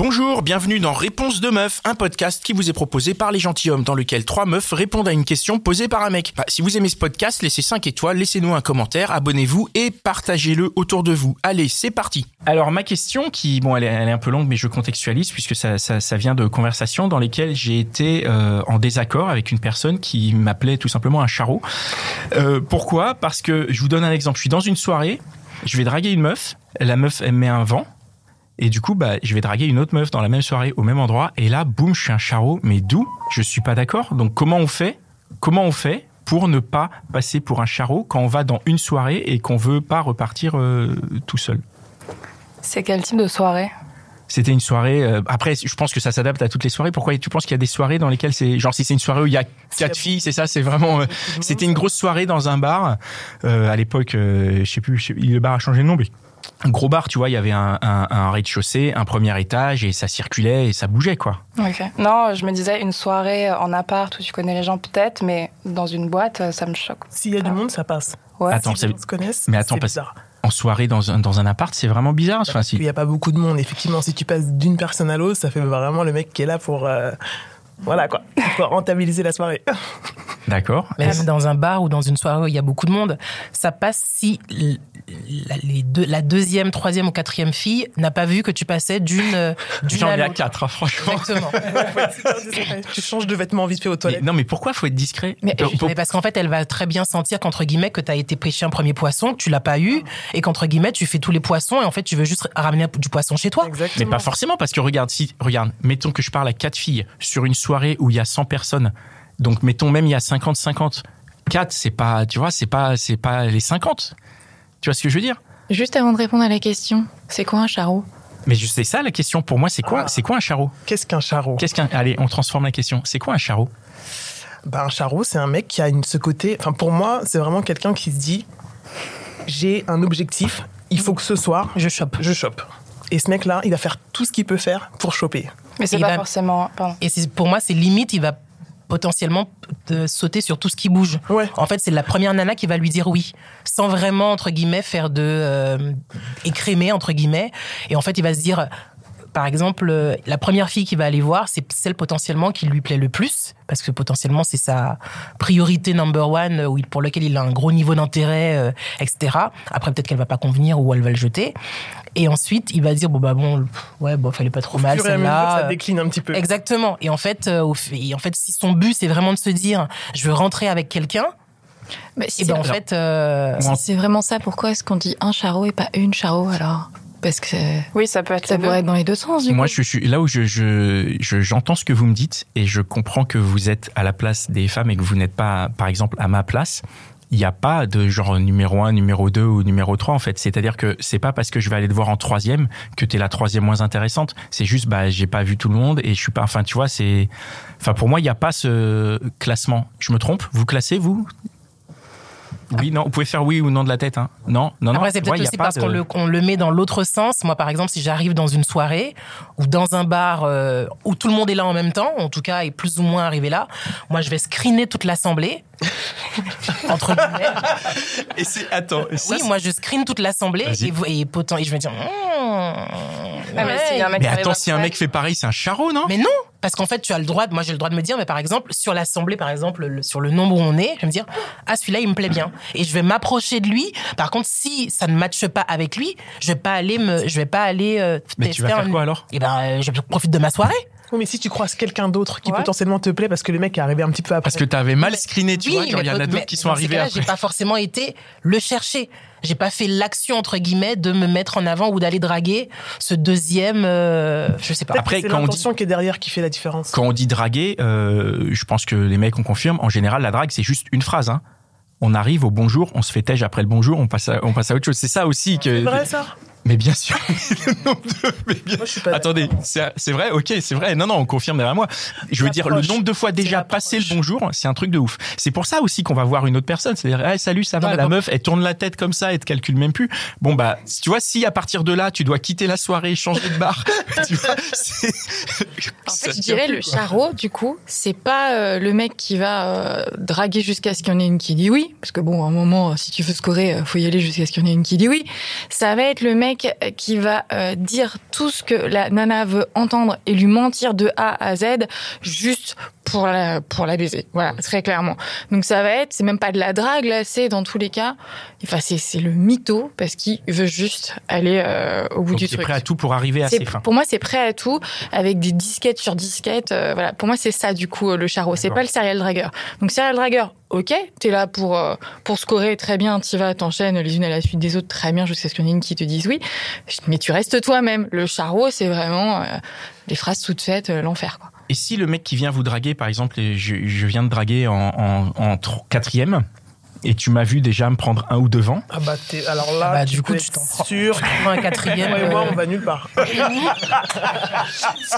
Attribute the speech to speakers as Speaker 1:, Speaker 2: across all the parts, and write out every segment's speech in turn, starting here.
Speaker 1: Bonjour, bienvenue dans Réponse de meuf, un podcast qui vous est proposé par les gentilshommes dans lequel trois meufs répondent à une question posée par un mec. Bah, si vous aimez ce podcast, laissez 5 étoiles, laissez-nous un commentaire, abonnez-vous et partagez-le autour de vous. Allez, c'est parti. Alors ma question qui bon elle est, elle est un peu longue mais je contextualise puisque ça, ça, ça vient de conversations dans lesquelles j'ai été euh, en désaccord avec une personne qui m'appelait tout simplement un charreau. Euh, pourquoi Parce que je vous donne un exemple, je suis dans une soirée, je vais draguer une meuf, la meuf elle me met un vent et du coup, bah, je vais draguer une autre meuf dans la même soirée, au même endroit. Et là, boum, je suis un charreau. Mais d'où Je suis pas d'accord. Donc, comment on fait Comment on fait pour ne pas passer pour un charreau quand on va dans une soirée et qu'on veut pas repartir euh, tout seul
Speaker 2: C'est quel type de soirée
Speaker 1: C'était une soirée. euh, après, je pense que ça s'adapte à toutes les soirées. Pourquoi tu penses qu'il y a des soirées dans lesquelles c'est genre si c'est une soirée où il y a quatre filles, c'est ça, c'est vraiment. euh, C'était une grosse soirée dans un bar. Euh, à l'époque, euh, je sais plus, je sais- le bar a changé de nom, mais un gros bar, tu vois, il y avait un, un- un rez-de-chaussée, un premier étage, et ça circulait et ça bougeait, quoi.
Speaker 2: Ok. Non, je me disais une soirée en appart où tu connais les gens peut-être, mais dans une boîte, euh, ça me choque.
Speaker 3: S'il y
Speaker 4: Ah.
Speaker 3: a du monde, ça passe.
Speaker 2: Ouais.
Speaker 1: Attends,
Speaker 3: si
Speaker 1: c'est-
Speaker 3: les gens se connaissent,
Speaker 1: mais attends,
Speaker 3: c'est
Speaker 1: parce-
Speaker 3: bizarre.
Speaker 1: En soirée dans un, dans un appart, c'est vraiment bizarre. Enfin,
Speaker 3: Il
Speaker 1: si,
Speaker 3: n'y a pas beaucoup de monde. Effectivement, si tu passes d'une personne à l'autre, ça fait vraiment le mec qui est là pour. euh, voilà quoi, pour rentabiliser la soirée.
Speaker 1: d'accord.
Speaker 4: Même dans un bar ou dans une soirée où il y a beaucoup de monde, ça passe si l- la, les deux- la deuxième, troisième ou quatrième fille n'a pas vu que tu passais d'une euh, d'une
Speaker 1: J'en
Speaker 4: à
Speaker 1: ai à
Speaker 4: l'autre.
Speaker 1: quatre, hein, franchement.
Speaker 4: Exactement.
Speaker 3: tu changes de vêtements vite fait aux
Speaker 1: Mais-
Speaker 3: toilettes.
Speaker 1: non, mais pourquoi faut être discret
Speaker 4: Mais,
Speaker 1: Pour- pour-
Speaker 4: mais parce qu'en fait, elle va très bien sentir qu'entre guillemets que t'as été pêché un premier poisson, que tu l'as pas eu, et qu'entre guillemets tu fais tous les poissons et en fait tu veux juste ramener du poisson chez toi.
Speaker 1: Mais
Speaker 3: Exactement.
Speaker 1: pas forcément, parce que regarde, si, regarde, mettons que je parle à quatre filles sur une soirée où il y a 100 personnes. Donc, mettons même il y a 50-50. 4, c'est pas, tu vois, c'est pas, c'est pas les 50. Tu vois ce que je veux dire?
Speaker 5: Juste avant de répondre à la question, c'est quoi un charreau
Speaker 1: Mais je- c'est ça la question pour moi, c'est quoi,
Speaker 3: Ah.
Speaker 1: c'est quoi un charreau?
Speaker 3: Qu'est-ce qu'un charreau
Speaker 1: Qu'est-ce qu'un, allez, on transforme la question. C'est quoi un charreau?
Speaker 3: Bah, Un charreau, c'est un mec qui a une, ce côté. Enfin, pour moi, c'est vraiment quelqu'un qui se dit j'ai un objectif, il faut que ce soir,
Speaker 4: Je chope.
Speaker 3: je chope. Et ce mec-là, il va faire tout ce qu'il peut faire pour choper.
Speaker 2: Mais c'est
Speaker 4: Il
Speaker 2: pas
Speaker 4: va-
Speaker 2: forcément. Pardon.
Speaker 4: Et c'est- pour moi, c'est limite, il va potentiellement euh, sauter sur tout ce qui bouge.
Speaker 3: Ouais.
Speaker 4: En fait, c'est la première nana qui va lui dire oui, sans vraiment, entre guillemets, faire de. euh, écrémer, entre guillemets. Et en fait, il va se dire. Par exemple, euh, la première fille qu'il va aller voir, c'est celle potentiellement qui lui plaît le plus, parce que potentiellement c'est sa priorité number one, euh, où il- pour lequel il a un gros niveau d'intérêt, euh, etc. Après, peut-être qu'elle va pas convenir ou elle va le jeter. Et ensuite, il va dire bon bah bon, pff, ouais, bon, fallait pas trop mal
Speaker 3: Fur et à mesure,
Speaker 4: Bah, celle-là. euh,
Speaker 3: ça décline un petit peu.
Speaker 4: Exactement. Et en fait, euh, au f- et en fait, si son but c'est vraiment de se dire, je veux rentrer avec quelqu'un,
Speaker 5: Bah, si
Speaker 4: et
Speaker 5: c'est-
Speaker 4: ben en fait, euh,
Speaker 5: si c'est vraiment ça, pourquoi est-ce qu'on dit un charreau et pas une charreau alors Parce que
Speaker 2: Oui, ça peut être.
Speaker 5: ça
Speaker 2: les deux.
Speaker 5: pourrait être dans les deux sens, du
Speaker 1: Moi,
Speaker 5: coup.
Speaker 1: je, suis là où je, je, je- j'entends ce que vous me dites et je comprends que vous êtes à la place des femmes et que vous n'êtes pas, par exemple, à ma place. Il n'y a pas de genre numéro 1, numéro 2 ou numéro 3 en fait. C'est-à-dire que c'est pas parce que je vais aller te voir en troisième que t'es la troisième moins intéressante. C'est juste, bah, j'ai pas vu tout le monde et je suis pas. Enfin, tu vois, c'est. Enfin, pour moi, il n'y a pas ce classement. Je me trompe Vous classez, vous Oui, non. Vous pouvez faire oui ou non de la tête. Hein. Non, non, non.
Speaker 4: après c'est
Speaker 1: Tu vois,
Speaker 4: peut-être
Speaker 1: il y a
Speaker 4: aussi
Speaker 1: pas
Speaker 4: parce
Speaker 1: de-
Speaker 4: qu'on le, qu'on le met dans l'autre sens. Moi, par exemple, si j'arrive dans une soirée ou dans un bar euh, où tout le monde est là en même temps, en tout cas est plus ou moins arrivé là, moi je vais screener toute l'assemblée. entre guillemets.
Speaker 1: Et c'est. Attends. ça,
Speaker 4: Oui, moi je screen toute l'assemblée
Speaker 1: Vas-y.
Speaker 4: et, vous- et, potent- et je vais dire. hmm,
Speaker 2: Ah, mais s'il y a un mec
Speaker 1: Mais
Speaker 2: qui arrive
Speaker 1: attends,
Speaker 2: en
Speaker 1: si un
Speaker 2: soirée-
Speaker 1: mec fait pareil, c'est un charreau, non
Speaker 4: Mais non, parce qu'en fait, tu as le droit. de- Moi, j'ai le droit de me dire, mais par exemple, sur l'assemblée, par exemple, le- sur le nombre où on est, je vais me dire, ah celui-là, il me plaît bien, et je vais m'approcher de lui. Par contre, si ça ne matche pas avec lui, je vais pas aller me, je vais pas aller. euh,
Speaker 1: Mais
Speaker 4: tester
Speaker 1: tu vas faire
Speaker 4: un-
Speaker 1: quoi alors
Speaker 4: Eh ben, euh, je profite de ma soirée.
Speaker 3: Oui, mais si tu croises quelqu'un d'autre qui
Speaker 2: Ouais.
Speaker 3: potentiellement te plaît parce que le mec est arrivé un petit peu après.
Speaker 1: Parce que t'avais mal screené, tu
Speaker 4: Oui,
Speaker 1: vois. genre,
Speaker 4: mais
Speaker 1: Il y en a
Speaker 4: peut-
Speaker 1: d'autres
Speaker 4: mais
Speaker 1: qui sont
Speaker 4: dans ces
Speaker 1: arrivés
Speaker 4: cas-là,
Speaker 1: après.
Speaker 4: J'ai pas forcément été le chercher. J'ai pas fait l'action entre guillemets de me mettre en avant ou d'aller draguer ce deuxième. euh, je sais pas.
Speaker 1: Après,
Speaker 3: c'est
Speaker 1: quand on dit-
Speaker 3: l'intention qui est derrière qui fait la différence.
Speaker 1: Quand on dit draguer, euh, je pense que les mecs, on confirme. En général, la drague, c'est juste une phrase. hein. On arrive au bonjour, on se fait tège après le bonjour, on passe à, on passe à autre chose. C'est ça aussi que.
Speaker 3: C'est vrai ça
Speaker 1: Mais bien sûr. le nombre de- mais bien-
Speaker 3: Moi je suis pas.
Speaker 1: Attendez, c'est c'est vrai, ok, c'est vrai. Non, non, on confirme derrière moi. Je veux dire, le
Speaker 3: L'approche.
Speaker 1: nombre de fois déjà
Speaker 3: l'approche.
Speaker 1: passé le bonjour, c'est un truc de ouf. C'est pour ça aussi qu'on va voir une autre personne. C'est-à-dire, Ah, salut, ça va,
Speaker 4: Non, mais
Speaker 1: la
Speaker 4: quand-
Speaker 1: meuf, elle tourne la tête comme ça, elle te calcule même plus. Bon, bah, tu vois, si à partir de là, tu dois quitter la soirée, changer de bar, tu vois, c'est.
Speaker 5: En
Speaker 1: ça
Speaker 5: fait, je
Speaker 1: tient
Speaker 5: dirais
Speaker 1: plus,
Speaker 5: le
Speaker 1: quoi.
Speaker 5: charreau, du coup, c'est pas euh, le mec qui va euh, draguer jusqu'à ce qu'il y en ait une euh, qui dit oui, parce que bon, à un moment, si tu veux scorer, euh, faut y aller jusqu'à ce qu'il y en ait une qui dit oui. Ça va être le mec mec qui va euh, dire tout ce que la nana veut entendre et lui mentir de A à Z juste pour la, pour la baiser. Voilà, très clairement. Donc ça va être, c'est même pas de la drague, là, c'est dans tous les cas, enfin, c'est, c'est le mytho parce qu'il veut juste aller euh, au bout
Speaker 1: Donc,
Speaker 5: du
Speaker 1: il est
Speaker 5: truc.
Speaker 1: prêt à tout pour arriver à
Speaker 5: C'est-
Speaker 1: ses fins.
Speaker 5: Pour moi, c'est prêt à tout, avec des disquettes sur disquettes. euh, voilà, pour moi, c'est ça du coup euh, le charreau. C'est
Speaker 1: D'accord.
Speaker 5: pas le serial dragueur. Donc serial dragueur, ok, t'es là pour euh, pour scorer très bien, t'y vas, t'enchaînes les unes à la suite des autres très bien jusqu'à ce qu'il y en ait une qui te dise oui. Mais tu restes toi-même. Le charreau, c'est vraiment euh, les phrases toutes faites, euh, l'enfer. Quoi.
Speaker 1: Et si le mec qui vient vous draguer, par exemple, et je, je viens de draguer en, en- en tro- quatrième, et tu m'as vu déjà me prendre un ou deux vents,
Speaker 3: Ah bah, t'es- alors là,
Speaker 4: Ah bah,
Speaker 3: tu
Speaker 4: du coup,
Speaker 3: peux
Speaker 4: tu
Speaker 3: être
Speaker 4: t'en prends-
Speaker 3: sûr.
Speaker 4: Prends un quatrième.
Speaker 3: Moi et moi,
Speaker 4: euh,
Speaker 3: on va nulle part. si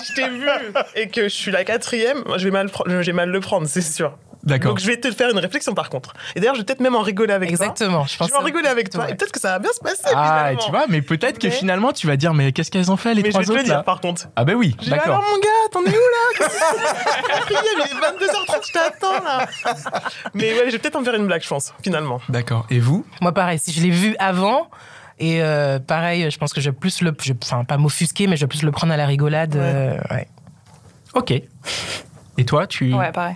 Speaker 3: je t'ai vu et que je suis la quatrième, moi, je vais mal, pre- je vais mal le prendre, c'est sûr.
Speaker 1: d'accord,
Speaker 3: Donc je vais te faire une réflexion par contre. Et d'ailleurs, je vais peut-être même en rigoler avec toi.
Speaker 4: Exactement. Je pense.
Speaker 3: Je vais en rigoler avec toi et peut-être que ça va bien se passer.
Speaker 1: Ah,
Speaker 3: finalement.
Speaker 1: tu vois, mais peut-être que
Speaker 3: Mais-
Speaker 1: finalement tu vas dire, mais qu'est-ce qu'elles ont fait les
Speaker 3: Mais je
Speaker 1: trois
Speaker 3: vais te
Speaker 1: autres
Speaker 3: le dire
Speaker 1: là
Speaker 3: par contre.
Speaker 1: Ah ben oui,
Speaker 3: Je vais, alors
Speaker 1: d'accord.
Speaker 3: mon gars, t'en es où là Qu'est-ce que c'est La quatrième, Il est 22h30, je t'attends là. Mais ouais, je vais peut-être en faire une blague, je pense, finalement.
Speaker 1: D'accord. Et vous
Speaker 4: Moi, pareil. Si je l'ai vu avant. Et euh, pareil, je pense que je vais plus le. je- Enfin, pas m'offusquer, mais je vais plus le prendre à la rigolade.
Speaker 3: Ouais.
Speaker 4: euh, ouais.
Speaker 1: Ok. Et toi, tu
Speaker 2: Ouais, pareil.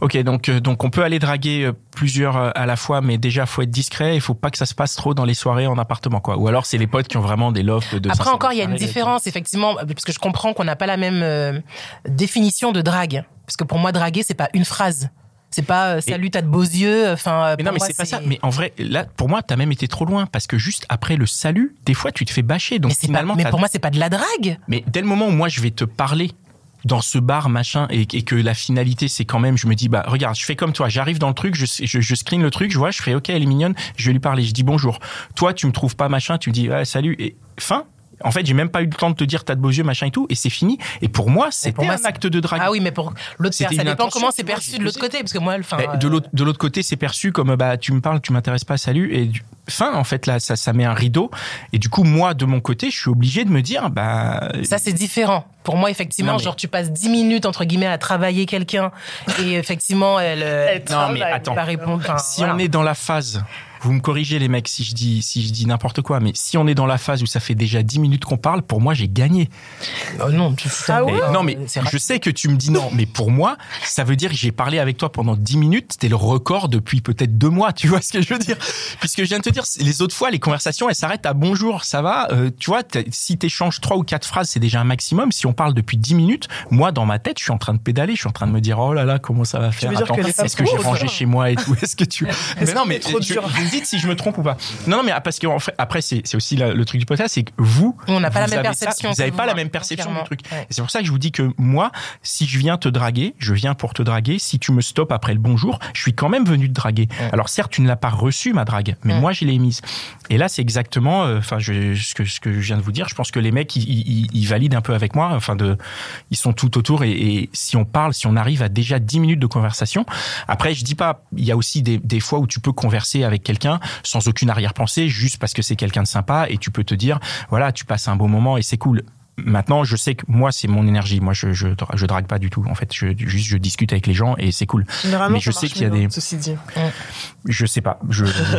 Speaker 1: Ok, donc euh, donc on peut aller draguer euh, plusieurs euh, à la fois, mais déjà faut être discret. Il faut pas que ça se passe trop dans les soirées en appartement, quoi. Ou alors c'est les potes qui ont vraiment des lofts de.
Speaker 4: Après
Speaker 1: 500
Speaker 4: encore, il y a une
Speaker 1: mètres carrés.
Speaker 4: différence, effectivement, parce que je comprends qu'on n'a pas la même euh, définition de drague. Parce que pour moi, draguer, c'est pas une phrase. C'est pas euh, salut, t'as de beaux yeux. Enfin, euh,
Speaker 1: Mais
Speaker 4: pour
Speaker 1: non, mais
Speaker 4: moi,
Speaker 1: c'est pas ça. Mais en vrai, là, pour moi, t'as même été trop loin parce que juste après le salut, des fois, tu te fais bâcher. Donc
Speaker 4: mais, c'est pas-
Speaker 1: finalement,
Speaker 4: mais
Speaker 1: t'as-
Speaker 4: pour moi, c'est pas de la drague.
Speaker 1: Mais dès le moment où moi je vais te parler dans ce bar machin et, et que la finalité c'est quand même je me dis bah regarde je fais comme toi j'arrive dans le truc je, je je screen le truc je vois je fais ok elle est mignonne je vais lui parler je dis bonjour toi tu me trouves pas machin tu me dis ah, salut et fin en fait j'ai même pas eu le temps de te dire t'as de beaux yeux machin et tout et c'est fini et pour moi
Speaker 4: pour
Speaker 1: c'était
Speaker 4: moi,
Speaker 1: un
Speaker 4: c'est-
Speaker 1: acte de drague
Speaker 4: Ah oui, mais pour l'autre
Speaker 1: C'était
Speaker 4: personne, ça
Speaker 1: une
Speaker 4: dépend
Speaker 1: intention,
Speaker 4: comment
Speaker 1: tu
Speaker 4: c'est
Speaker 1: vois,
Speaker 4: perçu
Speaker 1: j'ai
Speaker 4: de l'autre côté. Parce que moi, enfin,
Speaker 1: Mais Eh, de
Speaker 4: euh,
Speaker 1: l'autre de l'autre côté c'est perçu comme bah tu me parles tu m'intéresses pas salut et du- fin en fait là ça ça met un rideau et du coup moi de mon côté je suis obligé de me dire bah
Speaker 4: Ça, c'est différent. Pour moi, effectivement,
Speaker 1: Non, mais-
Speaker 4: genre, tu passes 10 minutes, entre guillemets, à travailler quelqu'un. Et effectivement, elle. euh,
Speaker 3: Elle
Speaker 1: non mais
Speaker 3: travaille.
Speaker 1: attends
Speaker 4: pas répondre. Enfin,
Speaker 1: Si
Speaker 4: voilà.
Speaker 1: on est dans la phase, vous me corrigez les mecs si je dis si je dis n'importe quoi, mais si on est dans la phase où ça fait déjà 10 minutes qu'on parle, pour moi j'ai gagné.
Speaker 4: Oh non, tu
Speaker 3: Ah
Speaker 1: Mais- non mais je sais que tu me dis non, mais pour moi ça veut dire que j'ai parlé avec toi pendant 10 minutes, c'était le record depuis peut-être deux mois, tu vois ce que je veux dire Puisque je viens de te dire les autres fois les conversations elles s'arrêtent à bonjour, ça va, Euh, tu vois t'as- si t'échanges trois ou quatre phrases c'est déjà un maximum. Si on parle depuis 10 minutes, moi dans ma tête je suis en train de pédaler, je suis en train de me dire oh là là comment ça va faire,
Speaker 3: veux dire
Speaker 1: Attends,
Speaker 3: que les femmes
Speaker 1: est-ce que j'ai
Speaker 3: sont
Speaker 1: rangé
Speaker 3: autres
Speaker 1: chez moi et tout, est-ce que tu mais
Speaker 3: Est-ce
Speaker 1: non,
Speaker 3: que
Speaker 1: mais
Speaker 3: c'est trop
Speaker 1: je-
Speaker 3: dur
Speaker 1: vous me dites si je me trompe ou pas. Non, non, mais parce que en fait, après, c'est c'est aussi la- le truc du podcast, c'est que vous,
Speaker 4: On n'a pas la
Speaker 1: vous
Speaker 4: même
Speaker 1: avez ça,
Speaker 4: perception.
Speaker 1: vous n'avez
Speaker 4: que
Speaker 1: pas la
Speaker 4: moi,
Speaker 1: même perception du
Speaker 4: clairement.
Speaker 1: truc.
Speaker 4: Ouais.
Speaker 1: Et C'est pour ça que je vous dis que moi, si je viens te draguer, je viens pour te draguer. Si tu me stops après le bonjour, je suis quand même venu te draguer. Alors certes, tu ne l'as pas reçu ma drague, mais
Speaker 4: Mm.
Speaker 1: moi, je l'ai émise. Et là, c'est exactement, euh, enfin, je- ce que ce que je viens de vous dire. Je pense que les mecs, ils, ils- ils valident un peu avec moi. Enfin, de, ils sont tout autour. Et, et si on parle, si on arrive à déjà 10 minutes de conversation, après, je dis pas, il y a aussi des, des fois où tu peux converser avec quelqu'un sans aucune arrière-pensée, juste parce que c'est quelqu'un de sympa et tu peux te dire, voilà, tu passes un bon moment et c'est cool. Maintenant, je sais que moi, c'est mon énergie. Moi, je, je, dra- je drague pas du tout. En fait, je, juste, je discute avec les gens et c'est cool.
Speaker 3: Généralement,
Speaker 1: Mais je
Speaker 3: ça
Speaker 1: sais
Speaker 3: marche
Speaker 1: qu'il y a
Speaker 3: mieux,
Speaker 1: des-
Speaker 3: hein, Ceci dit.
Speaker 1: Je sais pas. Je,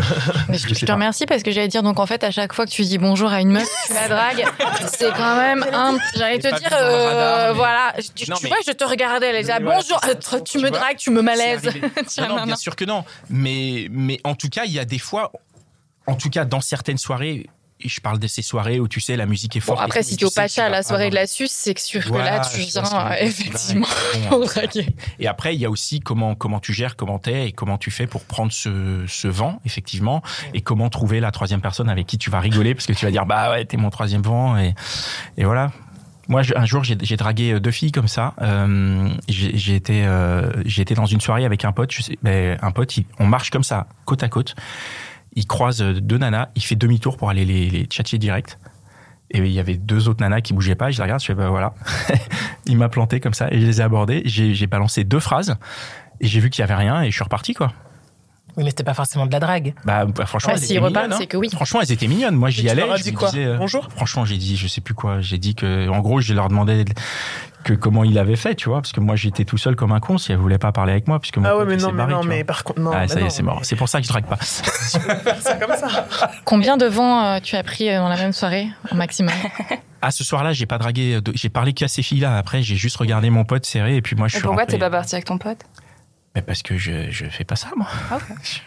Speaker 5: Mais je,
Speaker 1: Je
Speaker 5: je
Speaker 1: sais
Speaker 5: te
Speaker 1: pas.
Speaker 5: remercie parce que j'allais dire, donc en fait, à chaque fois que tu dis bonjour à une meuf, tu la dragues, c'est quand même un. J'allais
Speaker 1: J'ai
Speaker 5: te
Speaker 1: pas
Speaker 5: dire,
Speaker 1: vu dans le
Speaker 5: euh,
Speaker 1: radar, mais-
Speaker 5: voilà, tu,
Speaker 1: Non,
Speaker 5: tu
Speaker 1: mais-
Speaker 5: vois, je te regardais, elle
Speaker 1: Oui,
Speaker 5: disait, ah,
Speaker 1: voilà,
Speaker 5: bonjour,
Speaker 1: c'est ça.
Speaker 5: euh, tu,
Speaker 1: Tu
Speaker 5: me
Speaker 1: vois,
Speaker 5: dragues, tu me
Speaker 1: C'est
Speaker 5: malaises.
Speaker 1: arrivé.
Speaker 5: Tu vois,
Speaker 1: non, non,
Speaker 5: non,
Speaker 1: bien
Speaker 5: non.
Speaker 1: sûr que non. Mais, mais en tout cas, il y a des fois, en tout cas, dans certaines soirées, et je parle de ces soirées où tu sais, la musique est
Speaker 5: Bon,
Speaker 1: forte.
Speaker 5: après, si t'es au Pacha à la soirée de
Speaker 1: la
Speaker 5: la Suce, c'est que sûr que
Speaker 1: Voilà,
Speaker 5: là, tu
Speaker 1: je vois
Speaker 5: viens
Speaker 1: ce que je veux
Speaker 5: euh,
Speaker 1: dire.
Speaker 5: effectivement
Speaker 1: Voilà.
Speaker 5: pour draguer.
Speaker 1: Et après, il y a aussi comment, comment tu gères, comment t'es et comment tu fais pour prendre ce, ce vent, effectivement, et comment trouver la troisième personne avec qui tu vas rigoler parce que tu vas dire, bah ouais, t'es mon troisième vent et, et voilà. Moi, je- un jour, j'ai j'ai dragué deux filles comme ça. Euh, j'ai j'ai été, euh, j'ai été dans une soirée avec un pote. Je sais, ben, un pote, il- on marche comme ça, côte à côte. Il croise euh, deux nanas, il fait demi-tour pour aller les, les tchatcher direct. Et il y avait deux autres nanas qui bougeaient pas. Je les regarde, je fais, bah voilà. il m'a planté comme ça et je les ai abordés. J'ai j'ai balancé deux phrases et j'ai vu qu'il y avait rien et je suis reparti quoi.
Speaker 4: Oui, mais c'était pas forcément de la drague.
Speaker 1: Bah, bah, franchement,
Speaker 5: Ah,
Speaker 1: elles
Speaker 5: s'ils
Speaker 1: étaient
Speaker 5: repartent,
Speaker 1: mignonnes, hein.
Speaker 5: c'est que oui.
Speaker 1: Franchement, elles étaient mignonnes. Moi,
Speaker 3: Et
Speaker 1: j'y
Speaker 3: tu
Speaker 1: allais.
Speaker 3: leur as
Speaker 1: je
Speaker 3: dit
Speaker 1: me
Speaker 3: quoi
Speaker 1: disais, euh,
Speaker 3: Bonjour
Speaker 1: Franchement, j'ai dit, je sais plus quoi. J'ai dit que, en gros, je leur demandais que comment il avait fait, tu vois. Parce que moi, j'étais tout seul comme un con si elle voulait pas parler avec moi. Puisque mon
Speaker 3: Ah ouais,
Speaker 1: pote,
Speaker 3: mais
Speaker 1: il
Speaker 3: non,
Speaker 1: s'est
Speaker 3: mais
Speaker 1: barré,
Speaker 3: non,
Speaker 1: tu vois.
Speaker 3: mais par contre, non.
Speaker 1: Ah,
Speaker 3: mais
Speaker 1: ça y
Speaker 3: non,
Speaker 1: est, c'est mort. C'est pour ça que je drague pas.
Speaker 3: C'est comme ça.
Speaker 5: Combien de vents euh, tu as pris euh, dans la même soirée, au maximum
Speaker 1: Ah, ce soir-là, j'ai pas dragué. euh, de- J'ai parlé qu'à ces filles-là. Après, j'ai juste regardé mon pote serré et puis moi, je
Speaker 2: Et
Speaker 1: suis.
Speaker 2: pourquoi
Speaker 1: rentré.
Speaker 2: t'es pas parti avec ton pote
Speaker 1: Mais parce que je, je fais pas ça, moi.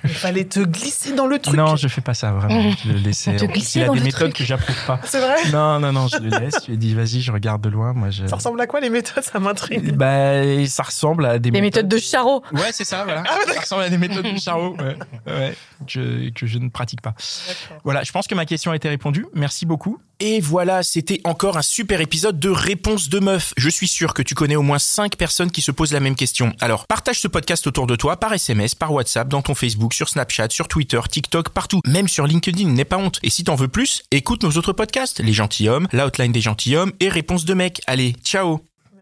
Speaker 3: Il fallait te glisser dans le truc.
Speaker 1: Non, je fais pas ça, vraiment. Je le laissais.
Speaker 5: Te
Speaker 1: En plus,
Speaker 5: glisser
Speaker 1: il a
Speaker 5: dans
Speaker 1: des
Speaker 5: le
Speaker 1: méthodes
Speaker 5: truc.
Speaker 1: que j'approuve pas.
Speaker 3: C'est vrai
Speaker 1: Non, non, non, je le laisse. Je lui ai dit, vas-y, je regarde de loin. Moi, je.
Speaker 3: Ça ressemble à quoi les méthodes Ça m'intrigue.
Speaker 1: Bah, ça ressemble à des
Speaker 5: Les méthodes de Charo
Speaker 1: Ouais, c'est ça,
Speaker 3: Ah
Speaker 1: voilà. ça ressemble à des méthodes de Charo ouais. Ouais, que, que je ne pratique pas. Voilà, je pense que ma question a été répondue. Merci beaucoup.
Speaker 6: Et voilà, c'était encore un super épisode de Réponse de Meuf. Je suis sûr que tu connais au moins 5 personnes qui se posent la même question. Alors, partage ce podcast autour de toi par SMS, par WhatsApp, dans ton Facebook, sur Snapchat, sur Twitter, TikTok, partout, même sur LinkedIn, n'aie pas honte. Et si t'en veux plus, écoute nos autres podcasts, Les Gentilshommes, L'Outline des Gentilshommes et Réponse de Mec. Allez, ciao